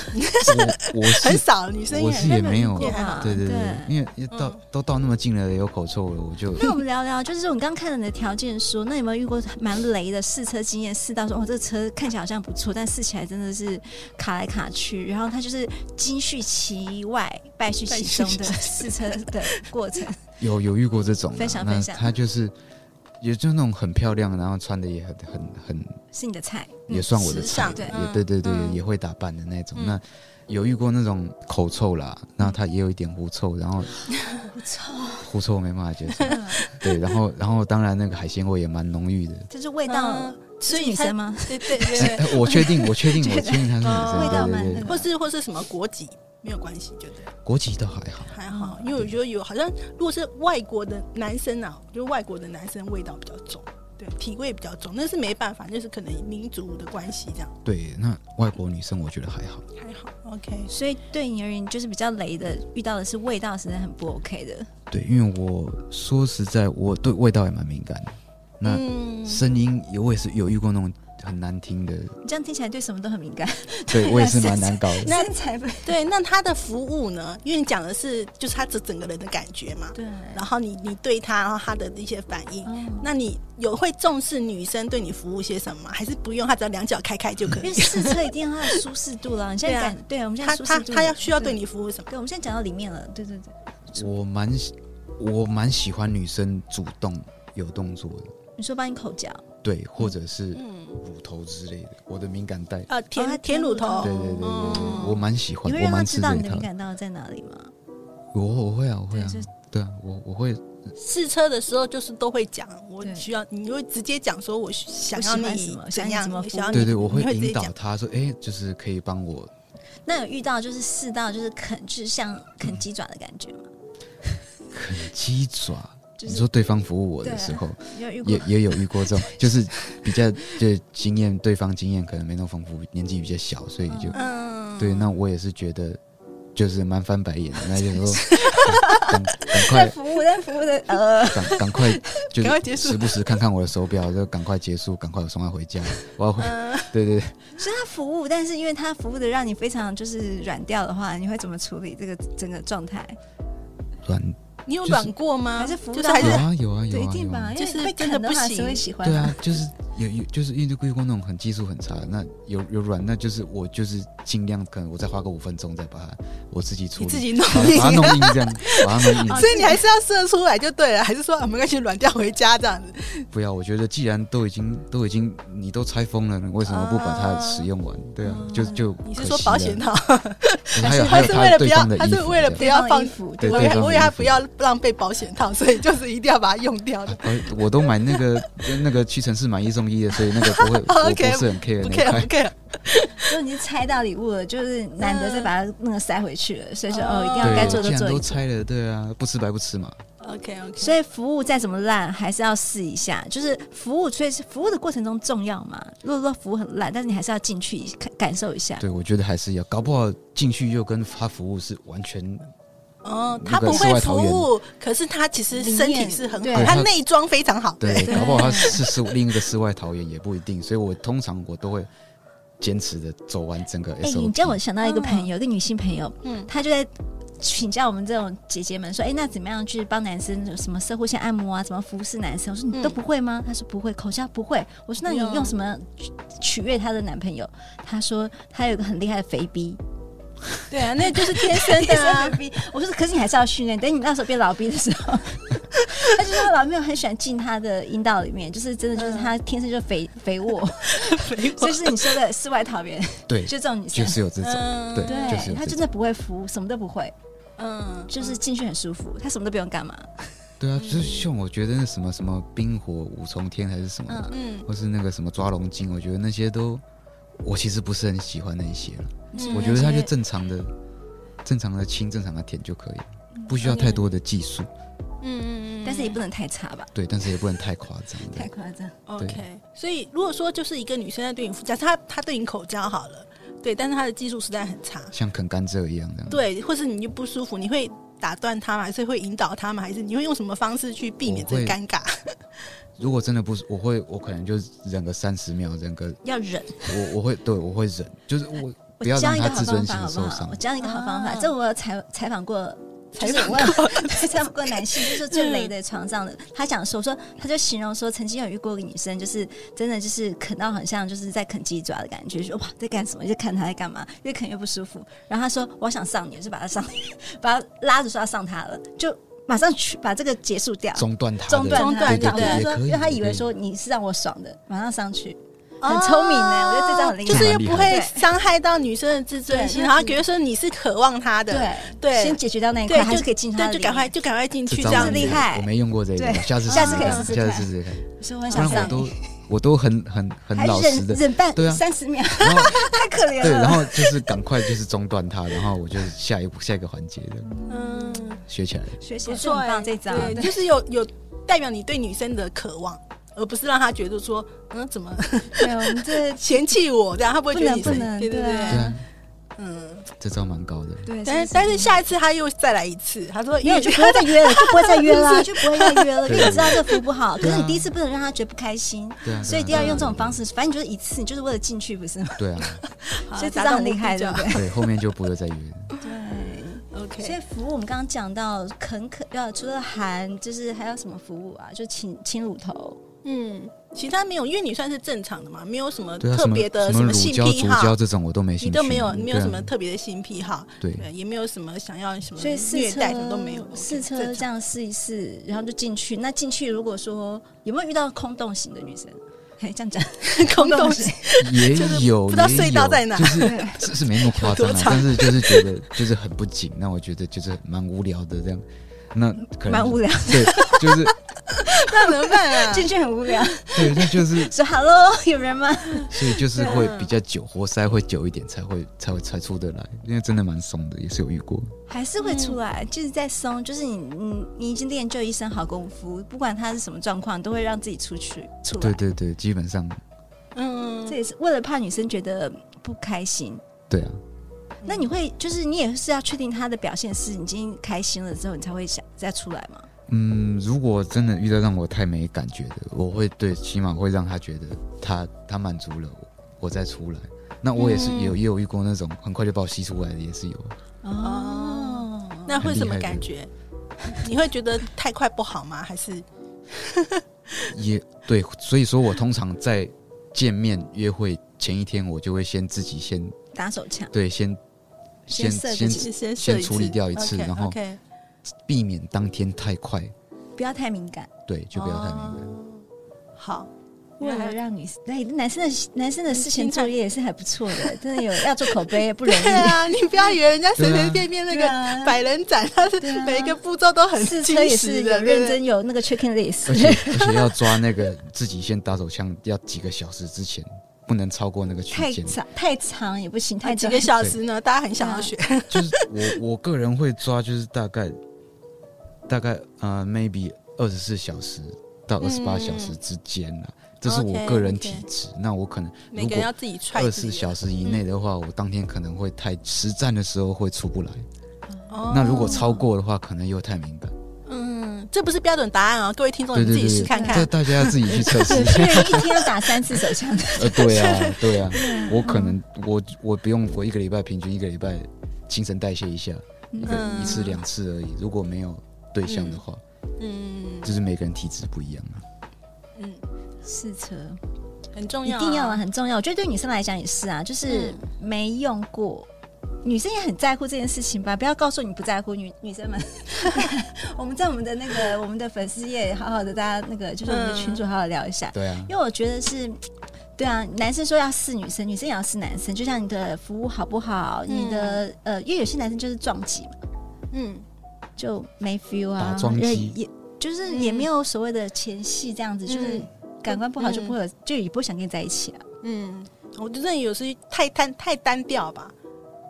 Speaker 1: 我我
Speaker 3: 很
Speaker 1: 是
Speaker 3: 少女生
Speaker 1: 我
Speaker 3: 也
Speaker 1: 是也没有
Speaker 2: 遇过吧，
Speaker 1: 对对对，
Speaker 2: 啊对嗯
Speaker 1: 因为因为到、都到那么近了，有口臭了，我就
Speaker 2: 那我们聊聊，就是我们刚看了你的条件书，那有没有遇过蛮雷的试车经验？试到说，哦，这车看起来好像不错，但试起来真的是卡来卡去，然后它就是金续其外，败絮其中的试车的过程。
Speaker 1: 有有遇过这种、啊，
Speaker 2: 分享
Speaker 1: 那
Speaker 2: 分享
Speaker 1: 他就是也就那种很漂亮，然后穿的也很很很
Speaker 2: 是你的菜，嗯
Speaker 1: 也算我的
Speaker 3: 时
Speaker 1: 菜
Speaker 3: 尚
Speaker 1: 吧，
Speaker 2: 对
Speaker 1: 也对对对，
Speaker 3: 嗯
Speaker 1: 也会打扮的那种。
Speaker 2: 嗯
Speaker 1: 那有遇过那种口臭啦，那他也有一点狐臭，然后 狐
Speaker 2: 臭
Speaker 1: 狐臭我没办法接受。对，然后然后当然那个海鲜味也蛮浓 郁的。
Speaker 2: 就是味道
Speaker 3: 嗯，
Speaker 2: 是
Speaker 3: 所以
Speaker 2: 女
Speaker 3: 他
Speaker 2: 生吗？
Speaker 3: 对对对对。
Speaker 1: 哎我确定，我确定，
Speaker 2: 觉得哦
Speaker 1: 我确定他是
Speaker 3: 味
Speaker 1: 女
Speaker 2: 道
Speaker 1: 生。对
Speaker 2: 蛮
Speaker 1: 对
Speaker 2: 那
Speaker 1: 对
Speaker 2: 个，
Speaker 3: 或是或是什么国籍没有关系，就对了，
Speaker 1: 国籍倒还好。
Speaker 3: 还好，
Speaker 1: 嗯
Speaker 3: 因为我觉得有好像如果是外国的男生啊，我觉得外国的男生味道比较重，对，体味比较重，那是没办法，就是可能民族的关系这样，
Speaker 1: 对，那外国女生我觉得还好。
Speaker 3: 还好，OK，
Speaker 2: 所以对你而言，就是比较雷的，遇到的是味道实在很不 OK 的。
Speaker 1: 对，因为我说实在，我对味道也蛮敏感的。那
Speaker 3: 嗯
Speaker 1: 声音也我也是有遇过那种很难听 的，
Speaker 2: 你这样听起来对什么都很敏感，
Speaker 1: 对我也是蛮难搞的。
Speaker 2: 那才不
Speaker 3: 对，那他的服务呢？因为你讲的是就是他整整个人的感觉嘛，
Speaker 2: 对。
Speaker 3: 然后你你对他，然后他的一些反应，
Speaker 2: 嗯
Speaker 3: 那你有会重视女生对你服务些什么吗？还是不用，他只要两脚开开就可
Speaker 2: 因为
Speaker 3: 以？
Speaker 2: 试车一定要它的舒适度啦，你现在感对,、我啊们现在
Speaker 3: 他
Speaker 2: 舒
Speaker 3: 他
Speaker 2: 适度，
Speaker 3: 他要需要对你服务什么？
Speaker 2: 对，我们现在讲到里面了，对对对。
Speaker 1: 我蛮喜我蛮喜欢女生主动有动作的，
Speaker 2: 你说帮你口交，
Speaker 1: 对，或者是
Speaker 3: 嗯，
Speaker 1: 乳头之类的，我的敏感带，
Speaker 3: 呃，
Speaker 2: 哦他
Speaker 3: 舔舔乳头
Speaker 1: 对对对对对，
Speaker 3: 嗯
Speaker 1: 我蛮喜欢，
Speaker 2: 你
Speaker 1: 我
Speaker 2: 会让他
Speaker 1: 蛮
Speaker 2: 知
Speaker 1: 吃
Speaker 2: 道
Speaker 1: 这
Speaker 2: 你
Speaker 1: 一
Speaker 2: 的
Speaker 1: 套
Speaker 2: 敏
Speaker 1: 的。
Speaker 2: 感到在哪里吗？
Speaker 1: 我我会啊，我会啊
Speaker 2: 对就，哦
Speaker 1: 对啊，我我会
Speaker 3: 试车的时候就是都会讲，我
Speaker 2: 对
Speaker 3: 需要，你会直接讲说我想要
Speaker 2: 我喜欢
Speaker 3: 你
Speaker 2: 什么
Speaker 3: 怎
Speaker 2: 想你
Speaker 3: 样
Speaker 2: 怎么，服务
Speaker 3: 想要你
Speaker 1: 对对，我
Speaker 3: 你会直接
Speaker 1: 引导
Speaker 3: 讲
Speaker 1: 他说，哎、就是可以帮我，
Speaker 2: 那有遇到就是试到就是啃，就是像啃鸡爪的感觉吗？
Speaker 1: 鸡爪。
Speaker 2: 就
Speaker 1: 你
Speaker 2: 是
Speaker 1: 说对方服务我
Speaker 2: 对
Speaker 1: 的
Speaker 2: 啊
Speaker 1: 时候，
Speaker 2: 你有遇过
Speaker 1: 也？也有遇过这 种，就是比较就是经验，对方经验可能没那么丰富，年纪比较小，所以就、
Speaker 3: 嗯，
Speaker 1: 对。那我也是觉得就是蛮翻白眼的，那就 说赶赶
Speaker 2: 在
Speaker 1: 快
Speaker 2: 服务，在服务的呃，
Speaker 1: 赶赶快就
Speaker 3: 赶快结
Speaker 1: 是
Speaker 3: 束
Speaker 1: 时不时看看我的手表，就赶快结束，赶快我送他回家，我要回。
Speaker 3: 嗯呃
Speaker 1: 对对对，
Speaker 2: 所以他服务，但是因为他服务的让你非常就是软掉的话，你会怎么处理这个整个状态？
Speaker 1: 软
Speaker 3: 你有
Speaker 1: 就是
Speaker 3: 软过吗？
Speaker 2: 还是服务
Speaker 3: 就是
Speaker 2: 到
Speaker 3: 还
Speaker 1: 有
Speaker 3: 是
Speaker 1: 啊有啊有
Speaker 2: 对，一
Speaker 1: 啊
Speaker 2: 定
Speaker 1: 有
Speaker 2: 吧
Speaker 1: 啊，，
Speaker 2: 因为
Speaker 3: 就是
Speaker 2: 被
Speaker 3: 真
Speaker 2: 啃
Speaker 3: 的
Speaker 2: 的
Speaker 3: 不
Speaker 2: 话谁
Speaker 3: 行
Speaker 2: 会喜欢
Speaker 1: 对
Speaker 2: 嘛
Speaker 1: 啊，就是有有就是因为故意过那种很技术很差的，那有有软，那就是我就是尽量可能我再花个五分钟再把它我自己处
Speaker 3: 你
Speaker 1: 理
Speaker 3: 自，己弄
Speaker 1: 把它
Speaker 3: 硬
Speaker 1: 把它弄硬这样，把它弄硬。
Speaker 3: 所以你还是要射出来就对了，还是说啊我们该去软掉回家这样子？
Speaker 1: 不要，我觉得既然都已经都已经你都拆封了，你为什么不把它使用完？对啊，就就
Speaker 3: 你是
Speaker 1: 可
Speaker 3: 说
Speaker 1: 惜
Speaker 3: 保
Speaker 1: 了
Speaker 3: 险套？
Speaker 1: 就是还有还有
Speaker 3: 他是为了不
Speaker 1: 对
Speaker 3: 要
Speaker 1: 方的，
Speaker 3: 他
Speaker 1: 衣
Speaker 3: 是
Speaker 1: 服
Speaker 3: 为
Speaker 1: 这
Speaker 3: 了
Speaker 1: 样
Speaker 3: 不要
Speaker 2: 对方
Speaker 3: 放
Speaker 2: 的衣服
Speaker 3: 对
Speaker 1: 对
Speaker 3: 我
Speaker 1: 对
Speaker 3: 也
Speaker 1: 方的
Speaker 3: 我也还
Speaker 1: 衣服
Speaker 3: 不要浪费保险套，所以就是一定要把它用掉的。
Speaker 1: 呃我都买那个那个屈臣氏买一送一的，所以那个不 会，我
Speaker 3: OK，
Speaker 1: 不是很 care
Speaker 3: 不
Speaker 1: 那
Speaker 3: care
Speaker 1: 块
Speaker 3: 不。care，
Speaker 2: 如果你是拆到礼物了，就是难得再
Speaker 3: 嗯
Speaker 2: 把它那个塞回去了，所以说
Speaker 3: 哦
Speaker 2: 哦，一定要该做
Speaker 1: 对，既
Speaker 2: 的
Speaker 1: 然
Speaker 2: 做
Speaker 1: 都
Speaker 2: 一做。
Speaker 1: 拆了，对啊，不吃白不吃嘛。
Speaker 3: OK OK，
Speaker 2: 所以服务再怎么烂，还是要试一下。就是服务，所以是服务的过程中重要嘛。如果说服务很烂，但是你还是要进去感感受一下。
Speaker 1: 对，我觉得还是要，搞不好进去又跟他服务是完全
Speaker 3: 哦，
Speaker 1: 那
Speaker 3: 他
Speaker 1: 个
Speaker 3: 不
Speaker 1: 世
Speaker 3: 会
Speaker 1: 外
Speaker 3: 服
Speaker 1: 桃源
Speaker 3: 务，可是他其实身体是很
Speaker 2: 里面
Speaker 3: 好，
Speaker 2: 对
Speaker 3: 他内装非常好。
Speaker 1: 对，
Speaker 2: 对
Speaker 1: 搞不好他是是另一个世外桃源也不一定。所以我通常我都会坚持的走完整个
Speaker 2: 哎、
Speaker 1: SOP。
Speaker 2: 你叫我想到一个朋友，一个女性朋友，
Speaker 3: 嗯，
Speaker 2: 她就在请教我们这种姐姐们说：“哎、那怎么样去帮男生有什么射护线按摩啊？怎么服侍男生？”我说：“
Speaker 3: 嗯
Speaker 2: 你都不会吗？”她说：“不会，口交不会。”我说：“那你
Speaker 3: 哎呦
Speaker 2: 用什么取取悦她的男朋友？”她说：“她有一个很厉害的肥逼。”
Speaker 3: 对啊，那就是 天生的啊。
Speaker 2: 我说，可是你还是要训练。等你那时候变老逼的时候， 他就是他老没有很喜欢进他的阴道里面，就是真的就是他天生 就肥肥沃，所以是你说的世外桃源，
Speaker 1: 对，
Speaker 2: 就这种女生
Speaker 1: 就。是有这种，
Speaker 3: 嗯
Speaker 1: 对，
Speaker 2: 对
Speaker 1: 就是有
Speaker 2: 他
Speaker 1: 这
Speaker 2: 真
Speaker 1: 种。
Speaker 2: 的不会服，什么都不会，
Speaker 3: 嗯，
Speaker 2: 就是进去很舒服，他什么都不用干嘛。
Speaker 1: 对啊，就是像我觉得那什么什么冰火五重天还是什么的，
Speaker 2: 嗯，
Speaker 3: 嗯，
Speaker 1: 或是那个什么抓龙筋，我觉得那些都我其实不是很喜欢那一些了。
Speaker 3: 嗯
Speaker 1: 我觉得他
Speaker 2: 他
Speaker 1: 就正常的、正常的亲、正常的舔就可以，
Speaker 2: 嗯
Speaker 1: 不需要太多的技术。
Speaker 3: 嗯嗯嗯，
Speaker 2: 但是也不能太差吧，
Speaker 1: 对，但是也不能太夸张。
Speaker 2: 太
Speaker 1: 对，
Speaker 2: 夸张。
Speaker 3: OK，所以如果说就是一个女生在对你服，假设她她对你口交好了，对，但是她的技术实在很差，
Speaker 1: 像啃甘蔗一样这样。
Speaker 3: 对，或是你就不舒服，你会打断她吗？还是会引导她吗？还是你会用什么方式去避免
Speaker 1: 我
Speaker 3: 这
Speaker 1: 会
Speaker 3: 个尴尬？
Speaker 1: 如果真的不是，我会，我可能就忍个三十秒，忍 个
Speaker 2: 要忍，
Speaker 1: 我我会对我会忍，就是我
Speaker 2: 我
Speaker 1: 不要
Speaker 2: 教
Speaker 1: 让
Speaker 2: 一个
Speaker 1: 他
Speaker 2: 好
Speaker 1: 自
Speaker 2: 方
Speaker 1: 尊
Speaker 2: 法
Speaker 1: 心
Speaker 2: 好不
Speaker 1: 受
Speaker 2: 好？
Speaker 1: 伤
Speaker 2: 我。教你一个好方法，
Speaker 3: 啊
Speaker 2: 这我有采采访 过
Speaker 3: 采
Speaker 2: 就是
Speaker 3: 访
Speaker 2: 我
Speaker 3: 过， 嗯
Speaker 2: 对，采访过男性，就是说最雷的床上的，他讲说说，他就形容说，曾经有遇过一个女生，就是真的就是啃到很像就是在啃鸡爪的感觉，就说哇在干什么，就看她在干嘛，越啃越不舒服。然后他说我想上你，我就把她上，把她拉着说要上她了，就马上去把这个结束掉，
Speaker 1: 中断他的，
Speaker 2: 中断
Speaker 3: 中
Speaker 2: 她
Speaker 3: 断
Speaker 2: 这样
Speaker 3: 对对
Speaker 1: 对也
Speaker 2: 子，说
Speaker 1: 可以
Speaker 2: 因为他以为
Speaker 1: 也可以
Speaker 2: 说你是让我爽的，马上上去，很聪明呢我觉得这招很厉害
Speaker 3: 就是又不会
Speaker 2: 对
Speaker 3: 伤害到女生的自尊心，
Speaker 2: 对
Speaker 3: 然后觉得说你是渴望她的，
Speaker 2: 对
Speaker 3: 对
Speaker 2: 先解决掉那一
Speaker 3: 对，
Speaker 2: 块，
Speaker 3: 就
Speaker 2: 还是可以进她
Speaker 3: 对，
Speaker 2: 的
Speaker 3: 就
Speaker 2: 里
Speaker 3: 赶快
Speaker 2: 面，
Speaker 3: 就赶快进去
Speaker 1: 这
Speaker 3: 这
Speaker 1: 招
Speaker 3: 样
Speaker 1: 我
Speaker 2: 子
Speaker 1: 没
Speaker 2: 厉害
Speaker 1: 我没用过这个
Speaker 2: 对，
Speaker 1: 下次
Speaker 2: 下
Speaker 1: 试
Speaker 2: 次
Speaker 1: 试
Speaker 2: 可以
Speaker 1: 看
Speaker 2: 试试
Speaker 1: 下
Speaker 2: 看
Speaker 1: 次试试看。
Speaker 2: 所以我很
Speaker 1: 不
Speaker 2: 想
Speaker 1: 然
Speaker 2: 上
Speaker 1: 我
Speaker 2: 你
Speaker 1: 都。我都很很很
Speaker 2: 还
Speaker 1: 老实
Speaker 2: 忍
Speaker 1: 的，
Speaker 2: 忍半
Speaker 1: 对啊
Speaker 2: 三十秒，
Speaker 1: 然后
Speaker 2: 太可怜了。
Speaker 1: 对，然后就是赶快就是中断它，然后我就是下一步下一个环节的
Speaker 3: 嗯，
Speaker 1: 学起来了。
Speaker 2: 学习
Speaker 3: 不
Speaker 2: 很
Speaker 3: 错欸，
Speaker 2: 棒这招，
Speaker 3: 对，
Speaker 2: 哎对
Speaker 3: 就是有有代表你对女生的渴望，而不是让她觉得说，嗯，怎么
Speaker 2: 对，我们这
Speaker 3: 嫌弃我这样，她不会
Speaker 2: 不
Speaker 3: 觉得
Speaker 2: 能
Speaker 3: 你
Speaker 2: 不能
Speaker 3: 对对
Speaker 2: 对
Speaker 1: 对
Speaker 2: 啊
Speaker 1: 啊，
Speaker 3: 嗯，
Speaker 1: 这招蛮高的。
Speaker 2: 对，
Speaker 3: 但是但是下一次他又再来一次，他说因为
Speaker 2: 就不会再约了，就不会再约 了，啊就不会再约了，因
Speaker 1: 对
Speaker 2: 为你知道这服务不好。可
Speaker 1: 对啊
Speaker 2: 是你第一次不能让他觉得不开心，
Speaker 1: 对啊，
Speaker 2: 所以
Speaker 1: 对啊
Speaker 2: 第二用这种方式，反正你就是一次，你就是为了进去，不是吗？
Speaker 1: 对啊，啊
Speaker 2: 所以这
Speaker 3: 达
Speaker 2: 样
Speaker 3: 到
Speaker 2: 很厉
Speaker 3: 目的
Speaker 2: 害，
Speaker 3: 就
Speaker 2: 对不
Speaker 3: 好
Speaker 2: 对？
Speaker 1: 对，后面就不会再约了。
Speaker 3: OK，
Speaker 2: 所以服务我们刚刚讲到肯可呃，除了含，就是还有什么服务啊？就亲亲乳头，
Speaker 3: 嗯，其他没有，因为你算是正常的嘛，没有什么
Speaker 1: 对啊，
Speaker 3: 特
Speaker 1: 什么
Speaker 3: 别的
Speaker 1: 什么乳
Speaker 3: 性
Speaker 1: 胶、
Speaker 3: 癖
Speaker 1: 足
Speaker 3: 好啊
Speaker 1: 胶，这种我都没兴
Speaker 3: 你
Speaker 1: 趣，
Speaker 3: 都没有，
Speaker 1: 对
Speaker 3: 没有什
Speaker 1: 啊
Speaker 3: 么特别的性癖好，
Speaker 1: 对
Speaker 3: 对，也没有什么想要什么
Speaker 2: 所以试
Speaker 3: 嗯虐
Speaker 2: 车
Speaker 3: 待什么都没有，
Speaker 2: 试车
Speaker 3: 正
Speaker 2: 这
Speaker 3: 常。
Speaker 2: 样试一试，然后就进去。那进去如果说有没有遇到空洞型的女生？嘿，这样讲，
Speaker 3: 空洞型，
Speaker 1: 也
Speaker 3: 就是
Speaker 1: 有，
Speaker 3: 不知道
Speaker 1: 也
Speaker 3: 隧道
Speaker 1: 有
Speaker 3: 在哪
Speaker 1: 就是是是没那么夸张啊
Speaker 3: 有 多，长
Speaker 1: 但是就是觉得就是很不紧，那我觉得就是蛮无聊的这样，那可能
Speaker 2: 蛮无聊，
Speaker 1: 对， 就是
Speaker 3: 那怎么办 啊？
Speaker 2: 进去很无聊，
Speaker 1: 对，那就是
Speaker 2: 说 “hello”，有 人吗？
Speaker 3: 嗯
Speaker 1: 所以就是
Speaker 3: 啊
Speaker 1: 会比较久，活塞会久一点才会才会才出得来，因为真的蛮松的，也是有遇过，
Speaker 2: 还是会出来，就是在松，就是你你你已经练就一身好功夫，不管他是什么状况，都会让自己出去出来。
Speaker 1: 对对对，基本上
Speaker 3: 嗯
Speaker 2: 这，也是为了怕女生觉得不开心。
Speaker 1: 对啊，
Speaker 2: 那你会就是你也是要确定他的表现是已经开心了之后，你才会想再出来吗？
Speaker 1: 嗯，如果真的遇到让我太没感觉的，我会对，起码会让他觉得他他满足了我，我再出来。那我也是
Speaker 3: 嗯
Speaker 1: 有、也有遇过那种很快就把我吸出来的，也是有。
Speaker 3: 哦
Speaker 2: 哦，
Speaker 3: 那会什
Speaker 1: 很厉
Speaker 3: 么
Speaker 1: 害的
Speaker 3: 感觉？你会觉得太快不好吗？还是
Speaker 1: 也对，所以说我通常在见面约会前一天，我就会先自己先
Speaker 2: 打手枪，
Speaker 1: 对先
Speaker 2: 先设
Speaker 1: 先
Speaker 2: 自己
Speaker 3: 先先
Speaker 1: 先
Speaker 3: 射一
Speaker 1: 处理
Speaker 3: 次
Speaker 1: 掉一次
Speaker 3: OK，
Speaker 1: 然后
Speaker 3: OK
Speaker 1: 避免当天太快，
Speaker 2: 不要太敏感，
Speaker 1: 对，就不要太敏感。
Speaker 3: 哦好，
Speaker 2: 为了让女那男生的男生的事
Speaker 3: 心
Speaker 2: 前
Speaker 3: 态
Speaker 2: 作业也是还不错 的，真的有要做口碑也不容易
Speaker 3: 对。啊，你不要以为人家随
Speaker 1: 对
Speaker 3: 随
Speaker 1: 啊
Speaker 3: 便便那
Speaker 2: 对
Speaker 3: 个
Speaker 2: 啊
Speaker 3: 百人展，它是
Speaker 2: 对啊
Speaker 3: 每一个步骤都很
Speaker 2: 试
Speaker 3: 精
Speaker 2: 车也
Speaker 3: 实
Speaker 2: 是有
Speaker 3: 的，对不
Speaker 2: 认
Speaker 3: 对
Speaker 2: 真有那个 checking
Speaker 1: 而
Speaker 2: list，
Speaker 1: 且而且要抓那个自己先打手枪，要几个小时之前，不能超过那个区
Speaker 2: 太
Speaker 1: 间。
Speaker 2: 长太长也不行，
Speaker 3: 啊
Speaker 2: 太
Speaker 3: 几
Speaker 2: 短
Speaker 3: 个小时呢？大家很想要学，
Speaker 1: 就是我我个人会抓，就是大概大概呃，maybe 二十四小时到二十八小
Speaker 3: 嗯
Speaker 1: 时之间啦、这是我个人体质。那我可能
Speaker 3: 每
Speaker 1: 如
Speaker 3: 个人
Speaker 1: 果
Speaker 3: 要自己踹
Speaker 1: 二十
Speaker 3: 自己
Speaker 1: 四
Speaker 3: 的。
Speaker 1: 小时以内的话，我当天可能会太实战的时候会出不来。
Speaker 3: 哦
Speaker 1: 那如果超，过的话，可能又太敏感。
Speaker 3: 嗯，这不是标准答案啊，各位听众，
Speaker 1: 对
Speaker 3: 你自
Speaker 1: 对
Speaker 3: 己
Speaker 1: 对
Speaker 3: 试看
Speaker 1: 对，这
Speaker 3: 看。
Speaker 1: 大家要自己去测试
Speaker 2: 有。些人一天要打三次手枪的，
Speaker 1: 呃，对啊，对啊，我可能我我不用，我一个礼拜平均一个礼拜新陈代谢一下，一个
Speaker 3: 嗯
Speaker 1: 一次两次而已。如果没有对象的话，
Speaker 3: 嗯
Speaker 1: 就是每个人体质不一样啊。
Speaker 3: 嗯，
Speaker 2: 试车
Speaker 3: 很重
Speaker 2: 一
Speaker 3: 要啊，
Speaker 2: 定要啊，很重要。我觉得对女生来讲也是啊，就是没用过。女生也很在乎这件事情吧，不要告诉你不在乎女女 生们。我们在我们的那个我们的粉丝页，好好的大家那个就是我们的群主好好聊一下，
Speaker 1: 对啊，
Speaker 2: 因为我觉得是，对啊，男生说要试女生，女生也要试男生，就像你的服务好不好，
Speaker 3: 嗯
Speaker 2: 你的呃，因为有些男生就是撞击嘛，
Speaker 3: 嗯，
Speaker 2: 就没 feel 啊
Speaker 1: 打，桩
Speaker 2: 也
Speaker 1: 机
Speaker 2: 也就是也没有所谓的前戏这样子，就是
Speaker 3: 嗯
Speaker 2: 感官不好就
Speaker 3: 嗯
Speaker 2: 不会有，就也不会想跟你在一起啊。
Speaker 3: 嗯，我觉得有时太单太单调吧，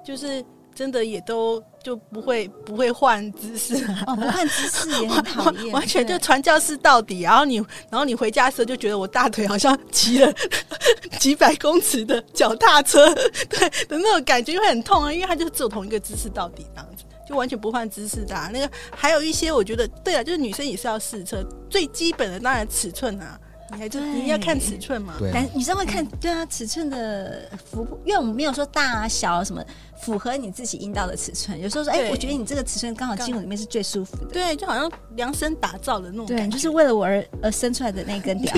Speaker 3: 就是真的也都就不会不会换姿势啊。
Speaker 2: 哦，不换姿势也很讨
Speaker 3: 完
Speaker 2: 厌，
Speaker 3: 完全就
Speaker 2: 对
Speaker 3: 传教士到底，然后你，然后你回家的时候就觉得我大腿好像骑了几百公尺的脚踏车， 对的那种感觉会很痛啊，因为他就是只有同一个姿势到底这样子，就完全不换姿势的、啊。那个还有一些我觉得，对啊，就是女生也是要试车，最基本的当然尺寸啊，你还就
Speaker 2: 对
Speaker 3: 你要看尺寸嘛，
Speaker 1: 对啊
Speaker 2: 男，女生会看对啊尺寸的符不，因为我们没有说大啊小啊什么，符合你自己阴道的尺寸。有时候说，哎、
Speaker 3: 对
Speaker 2: 我觉得你这个尺寸刚好进入里面是最舒服的。
Speaker 3: 对，就好像量身打造的那种
Speaker 2: 对，
Speaker 3: 感
Speaker 2: 就
Speaker 3: 觉，
Speaker 2: 是为了我而而生出来的那 根屌，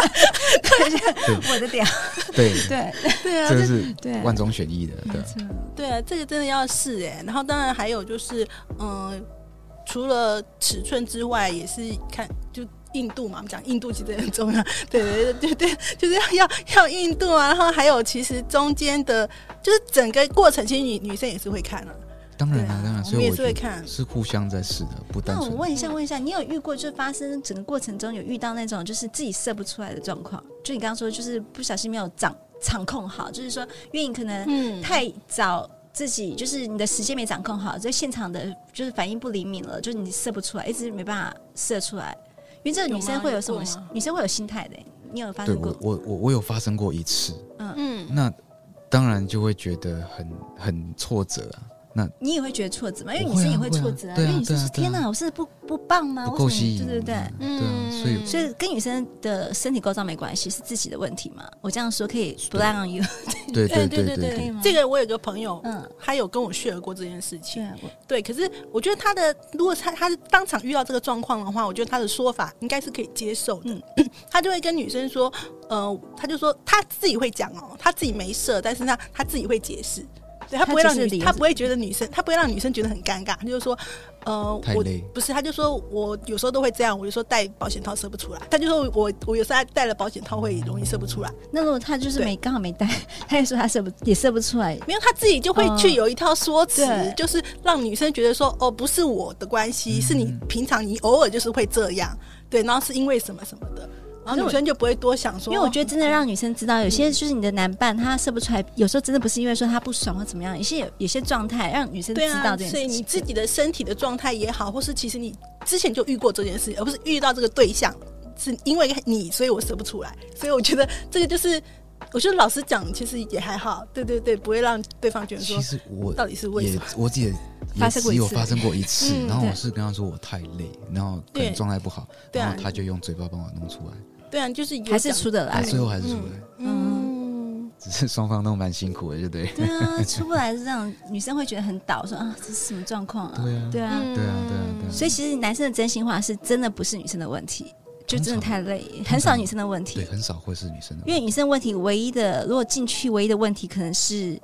Speaker 2: 我的屌，
Speaker 1: 对，
Speaker 2: 对
Speaker 3: 对啊，
Speaker 1: 这个是
Speaker 2: 对，
Speaker 1: 万中选一的，对啊，
Speaker 3: 对啊，这个真的要试哎、然后当然还有就是，嗯，除了尺寸之外，也是看就硬度嘛。我们讲硬度其实很重要， 对对对对，就是要要要硬度啊。然后还有其实中间的，就是整个过程，其实女女生也是会看啊。
Speaker 1: 当然
Speaker 3: 对
Speaker 1: 啊，当然，
Speaker 3: 我
Speaker 1: 所
Speaker 3: 们
Speaker 1: 以
Speaker 3: 也
Speaker 1: 我
Speaker 3: 是会
Speaker 1: 觉得
Speaker 3: 看。
Speaker 1: 是互相在试的，不单
Speaker 2: 那我
Speaker 1: 纯。
Speaker 2: 问一下，问一下，你有遇过就发生整个过程中有遇到那种就是自己射不出来的状况？就你刚刚说，就是不小心没有掌掌控好，就是说，因为你可能
Speaker 3: 嗯，
Speaker 2: 太早自己就是你的时间没掌控好，在现场的就是反应不灵敏了，就是你射不出来，一直没办法射出来。因为这个女生会有什么
Speaker 3: 有吗有过吗？
Speaker 2: 欸女生会有心态的、你有发
Speaker 1: 对
Speaker 2: 生过
Speaker 1: 我？我我我有发生过一次，
Speaker 3: 嗯
Speaker 1: 那当然就会觉得很很挫折啊。
Speaker 2: 你也会觉得挫折吗？因为
Speaker 1: 我
Speaker 2: 女
Speaker 1: 会啊
Speaker 2: 生也会
Speaker 1: 会啊
Speaker 2: 挫折啊，
Speaker 1: 对啊
Speaker 2: 因为女
Speaker 1: 对
Speaker 2: 生
Speaker 1: 啊
Speaker 2: 说：“
Speaker 1: 对啊
Speaker 2: 天哪，我是不不棒吗？
Speaker 1: 不
Speaker 2: 啊为
Speaker 1: 够
Speaker 2: 什么
Speaker 1: 吸引
Speaker 2: 对对对。嗯
Speaker 1: 对啊，所以
Speaker 2: 所以跟女生的身体构造没关系，是自己的问题嘛？我这样说可以 blame on you，
Speaker 1: 对对
Speaker 2: 对
Speaker 1: 对
Speaker 2: 对
Speaker 1: 对
Speaker 2: 可以
Speaker 1: 对，
Speaker 2: 吗？
Speaker 3: 这个我有个朋友，
Speaker 2: 嗯，
Speaker 3: 他有跟我 share 过这件事情
Speaker 2: 对。啊，我
Speaker 3: 对，可是我觉得他的，如果他他是当场遇到这个状况的话，我觉得他的说法应该是可以接受的。
Speaker 2: 嗯
Speaker 3: 他就会跟女生说，呃，他就说他自己会讲哦，他自己没事，但是他他自己会解释，对他不会
Speaker 2: 他
Speaker 3: 让
Speaker 2: 解释
Speaker 3: 女
Speaker 2: 理由
Speaker 3: 他
Speaker 2: 是
Speaker 3: 不会觉得女生他不会让女生觉得很尴尬，他就说，呃，
Speaker 1: 太
Speaker 3: 我
Speaker 1: 累
Speaker 3: 不是，他就说我有时候都会这样，我有时候戴保险套射不出来，他就说我我有时候戴了保险套会容易射不出来，
Speaker 2: 那如果她就是
Speaker 3: 对
Speaker 2: 没刚好没带，她也说她射不也射不出来，
Speaker 3: 没有，他自己就会去
Speaker 2: 嗯
Speaker 3: 有一套说辞，
Speaker 2: 对嗯
Speaker 3: 就是让女生觉得说，哦，不是我的关系，是你平常你偶尔就是会这样，对，然后是因为什么什么的，然后女生就不会多想说，
Speaker 2: 因为我觉得真的让女生知道，有
Speaker 1: 嗯
Speaker 2: 些就是你的男伴他射不出来，有时候真的不是因为说他不爽或怎么样，有些有有些状态让女生知
Speaker 3: 对
Speaker 2: 道
Speaker 3: 啊，
Speaker 2: 这
Speaker 3: 所
Speaker 2: 件
Speaker 3: 以
Speaker 2: 事
Speaker 3: 你
Speaker 2: 情。
Speaker 3: 自己的身体的状态也好，或是其实你之前就遇过这件事，而不是遇到这个对象，是因为你，所以我射不出来，所以我觉得这个就是，我觉得老实讲，其实也还好，对对对，不会让对方觉得说
Speaker 1: 其实我
Speaker 3: 到底是为什
Speaker 1: 也
Speaker 3: 么。
Speaker 1: 我自己也
Speaker 2: 发
Speaker 1: 也
Speaker 2: 生过
Speaker 1: 只
Speaker 2: 一
Speaker 1: 有
Speaker 2: 次
Speaker 1: 发生过一次，
Speaker 3: 嗯
Speaker 1: 然后
Speaker 2: 对
Speaker 1: 我是跟他说我太累，然后可
Speaker 3: 对
Speaker 1: 能状态不好，
Speaker 3: 对啊
Speaker 1: 然后他就用嘴巴帮我弄出来，
Speaker 3: 对啊，就是有
Speaker 2: 还是
Speaker 3: 讲
Speaker 2: 出得来
Speaker 1: 啊，最后还是出来，
Speaker 3: 嗯
Speaker 1: 只是双方都蛮辛苦的，对不对？
Speaker 2: 对啊，出不来是这样，女生会觉得很倒，说啊这是什么状况啊？
Speaker 1: 对啊
Speaker 3: 嗯
Speaker 2: 对
Speaker 1: 对
Speaker 2: 啊，
Speaker 1: 啊，对啊，对啊，
Speaker 2: 所以其实男生的真心话是真的不是女生的问题，就真的
Speaker 1: 通常
Speaker 2: 太累，很少女生的问
Speaker 1: 对
Speaker 2: 题。
Speaker 1: 很少会是女生的
Speaker 2: 因，为女生问题唯一的，如果进去唯一的问题可能是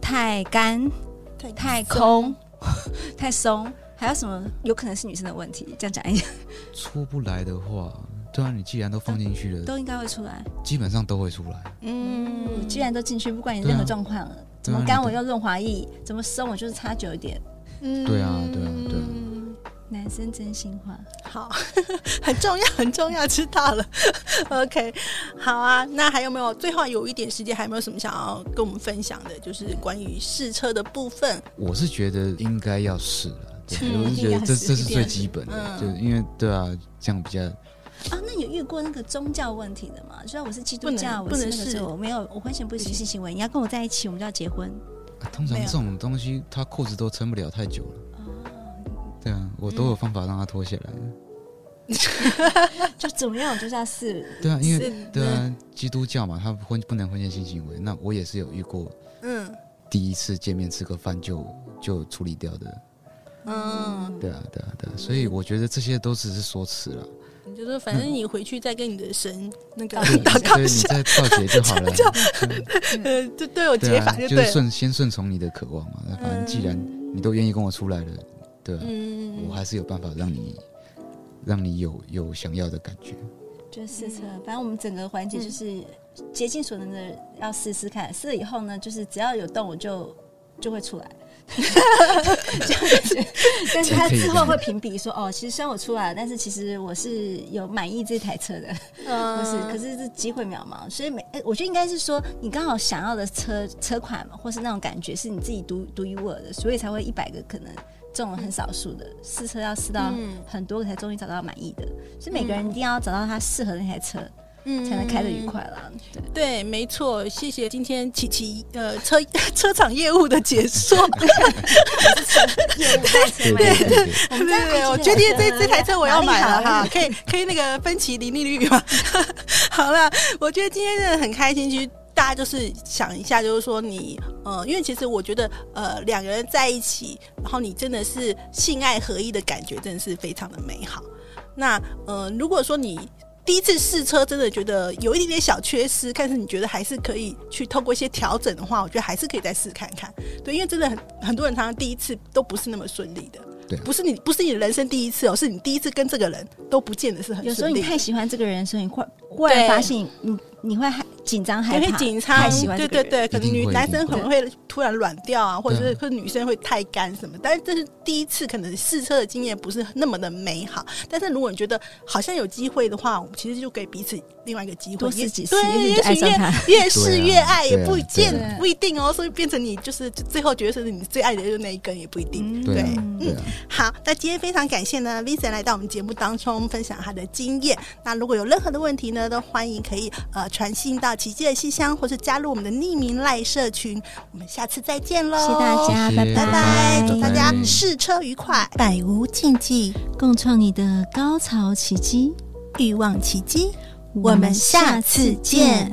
Speaker 2: 太干、
Speaker 3: 太
Speaker 2: 太空、 太松，还有什么有可能是女生的问题？这样讲一下，
Speaker 1: 出不来的话，对啊，你既然都放进去了，
Speaker 2: 都应该会出来。
Speaker 1: 基本上都会出来，
Speaker 3: 嗯，
Speaker 2: 既然都进去，不管你
Speaker 1: 对啊
Speaker 2: 任何状况，怎么
Speaker 1: 对啊
Speaker 2: 干
Speaker 1: 你
Speaker 2: 我
Speaker 1: 都
Speaker 2: 用润滑液，怎么松我就是擦久一点。
Speaker 3: 嗯
Speaker 1: 对啊对啊
Speaker 2: 嗯
Speaker 1: 对啊
Speaker 2: 男生真心话，
Speaker 3: 好， 很重要，很重要，知道了。OK，好啊，那还有没有？最后有一点时间，还有没有什么想要跟我们分享的？就是关于试车的部分。
Speaker 1: 我是觉得应该要试了，对
Speaker 2: 嗯，
Speaker 1: 我是觉
Speaker 2: 应
Speaker 1: 得
Speaker 2: 该
Speaker 1: 这
Speaker 2: 是
Speaker 1: 这是
Speaker 3: 一定
Speaker 1: 最
Speaker 3: 要
Speaker 1: 基本的，
Speaker 3: 嗯
Speaker 1: 就因为对啊，这样比较
Speaker 2: 啊，那有遇过那个宗教问题的吗？虽然我是基督
Speaker 3: 不
Speaker 2: 教，
Speaker 3: 能
Speaker 2: 我是那
Speaker 3: 不
Speaker 2: 个
Speaker 3: 能
Speaker 2: 时
Speaker 3: 是
Speaker 2: 候我没有，我婚前不行性行为，你要跟我在一起，我们就要结婚。
Speaker 1: 啊通常
Speaker 3: 没有
Speaker 1: 这种东西，他裤子都撑不了太久了。
Speaker 3: 哦
Speaker 1: 对啊，我都有方法让他脱下来。
Speaker 2: 就怎么样，我就是要试。
Speaker 1: 对啊，因为
Speaker 3: 是
Speaker 1: 对啊，基督教嘛，他婚不能婚前性行为。那我也是有遇过
Speaker 3: 嗯
Speaker 1: 第一次见面吃个饭就就处理掉的。
Speaker 3: 嗯，
Speaker 1: 对啊，对啊，对啊。所以我觉得这些都只是说辞 了，
Speaker 3: 你嗯就说，反正你回去再跟你的神 那个
Speaker 2: 嗯
Speaker 3: 祷告
Speaker 1: 所以
Speaker 3: 一
Speaker 1: 你
Speaker 3: 下，
Speaker 1: 再告解就好了。
Speaker 3: 呃，就对我
Speaker 1: 对
Speaker 3: 解
Speaker 1: 啊
Speaker 3: 法，就
Speaker 1: 就是
Speaker 3: 对了。
Speaker 1: 顺先顺从你的渴望嘛。那反正既然你都愿意跟我出来了，对啊，
Speaker 3: 嗯
Speaker 1: 我还是有办法让你让你有有想要的感觉。
Speaker 2: 就试车，反正我们整个环节就是竭尽所能的要试试看，试了以后呢，就是只要有动我就就会出来， 这样感觉。但是他之后会评比说，哦，其实虽然我出来了，但是其实我是有满意这台车的，
Speaker 3: 呃
Speaker 2: 不是，
Speaker 3: 嗯
Speaker 2: 可是是机会渺茫，所以每、哎，我觉得应该是说你刚好想要的车车款嘛，或是那种感觉是你自己独独一无二的，所以才会一百个可能中了很少数的试车要试到
Speaker 3: 嗯
Speaker 2: 很多个才终于找到满意的，所以每个人一定要找到他适合的那台车，
Speaker 3: 嗯
Speaker 2: 才能开得愉快啦。对，
Speaker 3: 对，没错，谢谢今天琪琪呃车 车厂业务的解说。
Speaker 2: 业务代车
Speaker 1: 对
Speaker 2: 嘛
Speaker 1: 对对对。
Speaker 2: 我
Speaker 3: 对
Speaker 2: 们这样
Speaker 3: 对对，我
Speaker 2: 子
Speaker 3: 决定这
Speaker 2: 就
Speaker 3: 这台车我要买了
Speaker 2: 哪
Speaker 3: 哈
Speaker 2: 里，好
Speaker 3: 可以可以那个分期零利率嘛。 好了，我觉得今天真的很开心，其实大家就是想一下，就是说你呃，因为其实我觉得呃两个人在一起，然后你真的是性爱合一的感觉，真的是非常的美好。那呃，如果说你第一次试车真的觉得有一点点小缺失，但是你觉得还是可以去透过一些调整的话，我觉得还是可以再试看看。对，因为真的很很多人常常第一次都不是那么顺利的。
Speaker 1: 对
Speaker 3: 不是你不是你人生第一次哦，是你第一次跟这个人都不见得是很
Speaker 2: 有时候
Speaker 3: 顺利
Speaker 2: 你
Speaker 3: 的。
Speaker 2: 太喜欢这个人，所以你忽忽然
Speaker 3: 对
Speaker 2: 发现你你你会害紧张害
Speaker 3: 对，
Speaker 2: 怕，
Speaker 3: 会紧
Speaker 2: 太
Speaker 3: 张
Speaker 2: 喜，欢
Speaker 3: 对
Speaker 2: 这
Speaker 3: 对
Speaker 2: 个人。
Speaker 3: 对，可能
Speaker 1: 一定
Speaker 3: 女
Speaker 1: 会
Speaker 3: 男生可能会突然软掉啊，或者
Speaker 1: 对
Speaker 3: 是或者女生会太干什么。但是这是第一次，可能试车的经验不是那么的美好。但是如果你觉得好像有机会的话，我们其实就给彼此另外一个机会，
Speaker 2: 多试
Speaker 3: 也
Speaker 2: 几次也许
Speaker 3: 对，
Speaker 2: 你
Speaker 3: 也
Speaker 2: 就爱
Speaker 3: 许
Speaker 2: 上他
Speaker 3: 越越试越爱，也
Speaker 1: 对啊
Speaker 3: 不见
Speaker 1: 对
Speaker 2: 啊
Speaker 3: 不一定哦。所以变成你就是就最后觉得是你最爱的就是那一根，也不一定。
Speaker 1: 对啊
Speaker 3: 嗯 对，
Speaker 1: 对啊，
Speaker 3: 好，那今天非常感谢呢，Vincent 来到我们节目当中分享他的经验。那如果有任何的问题呢，都欢迎可以呃传信到奇迹的信箱，或是加入我们的匿名赖社群。我们下次再见喽，
Speaker 2: 谢谢大
Speaker 1: 谢
Speaker 2: 家，
Speaker 1: 谢
Speaker 2: 拜
Speaker 3: 拜拜，祝大家
Speaker 1: 拜拜
Speaker 3: 试车愉快，百无禁忌，
Speaker 2: 共创你的高潮奇迹。
Speaker 3: 欲望奇迹。
Speaker 2: 我们下次见。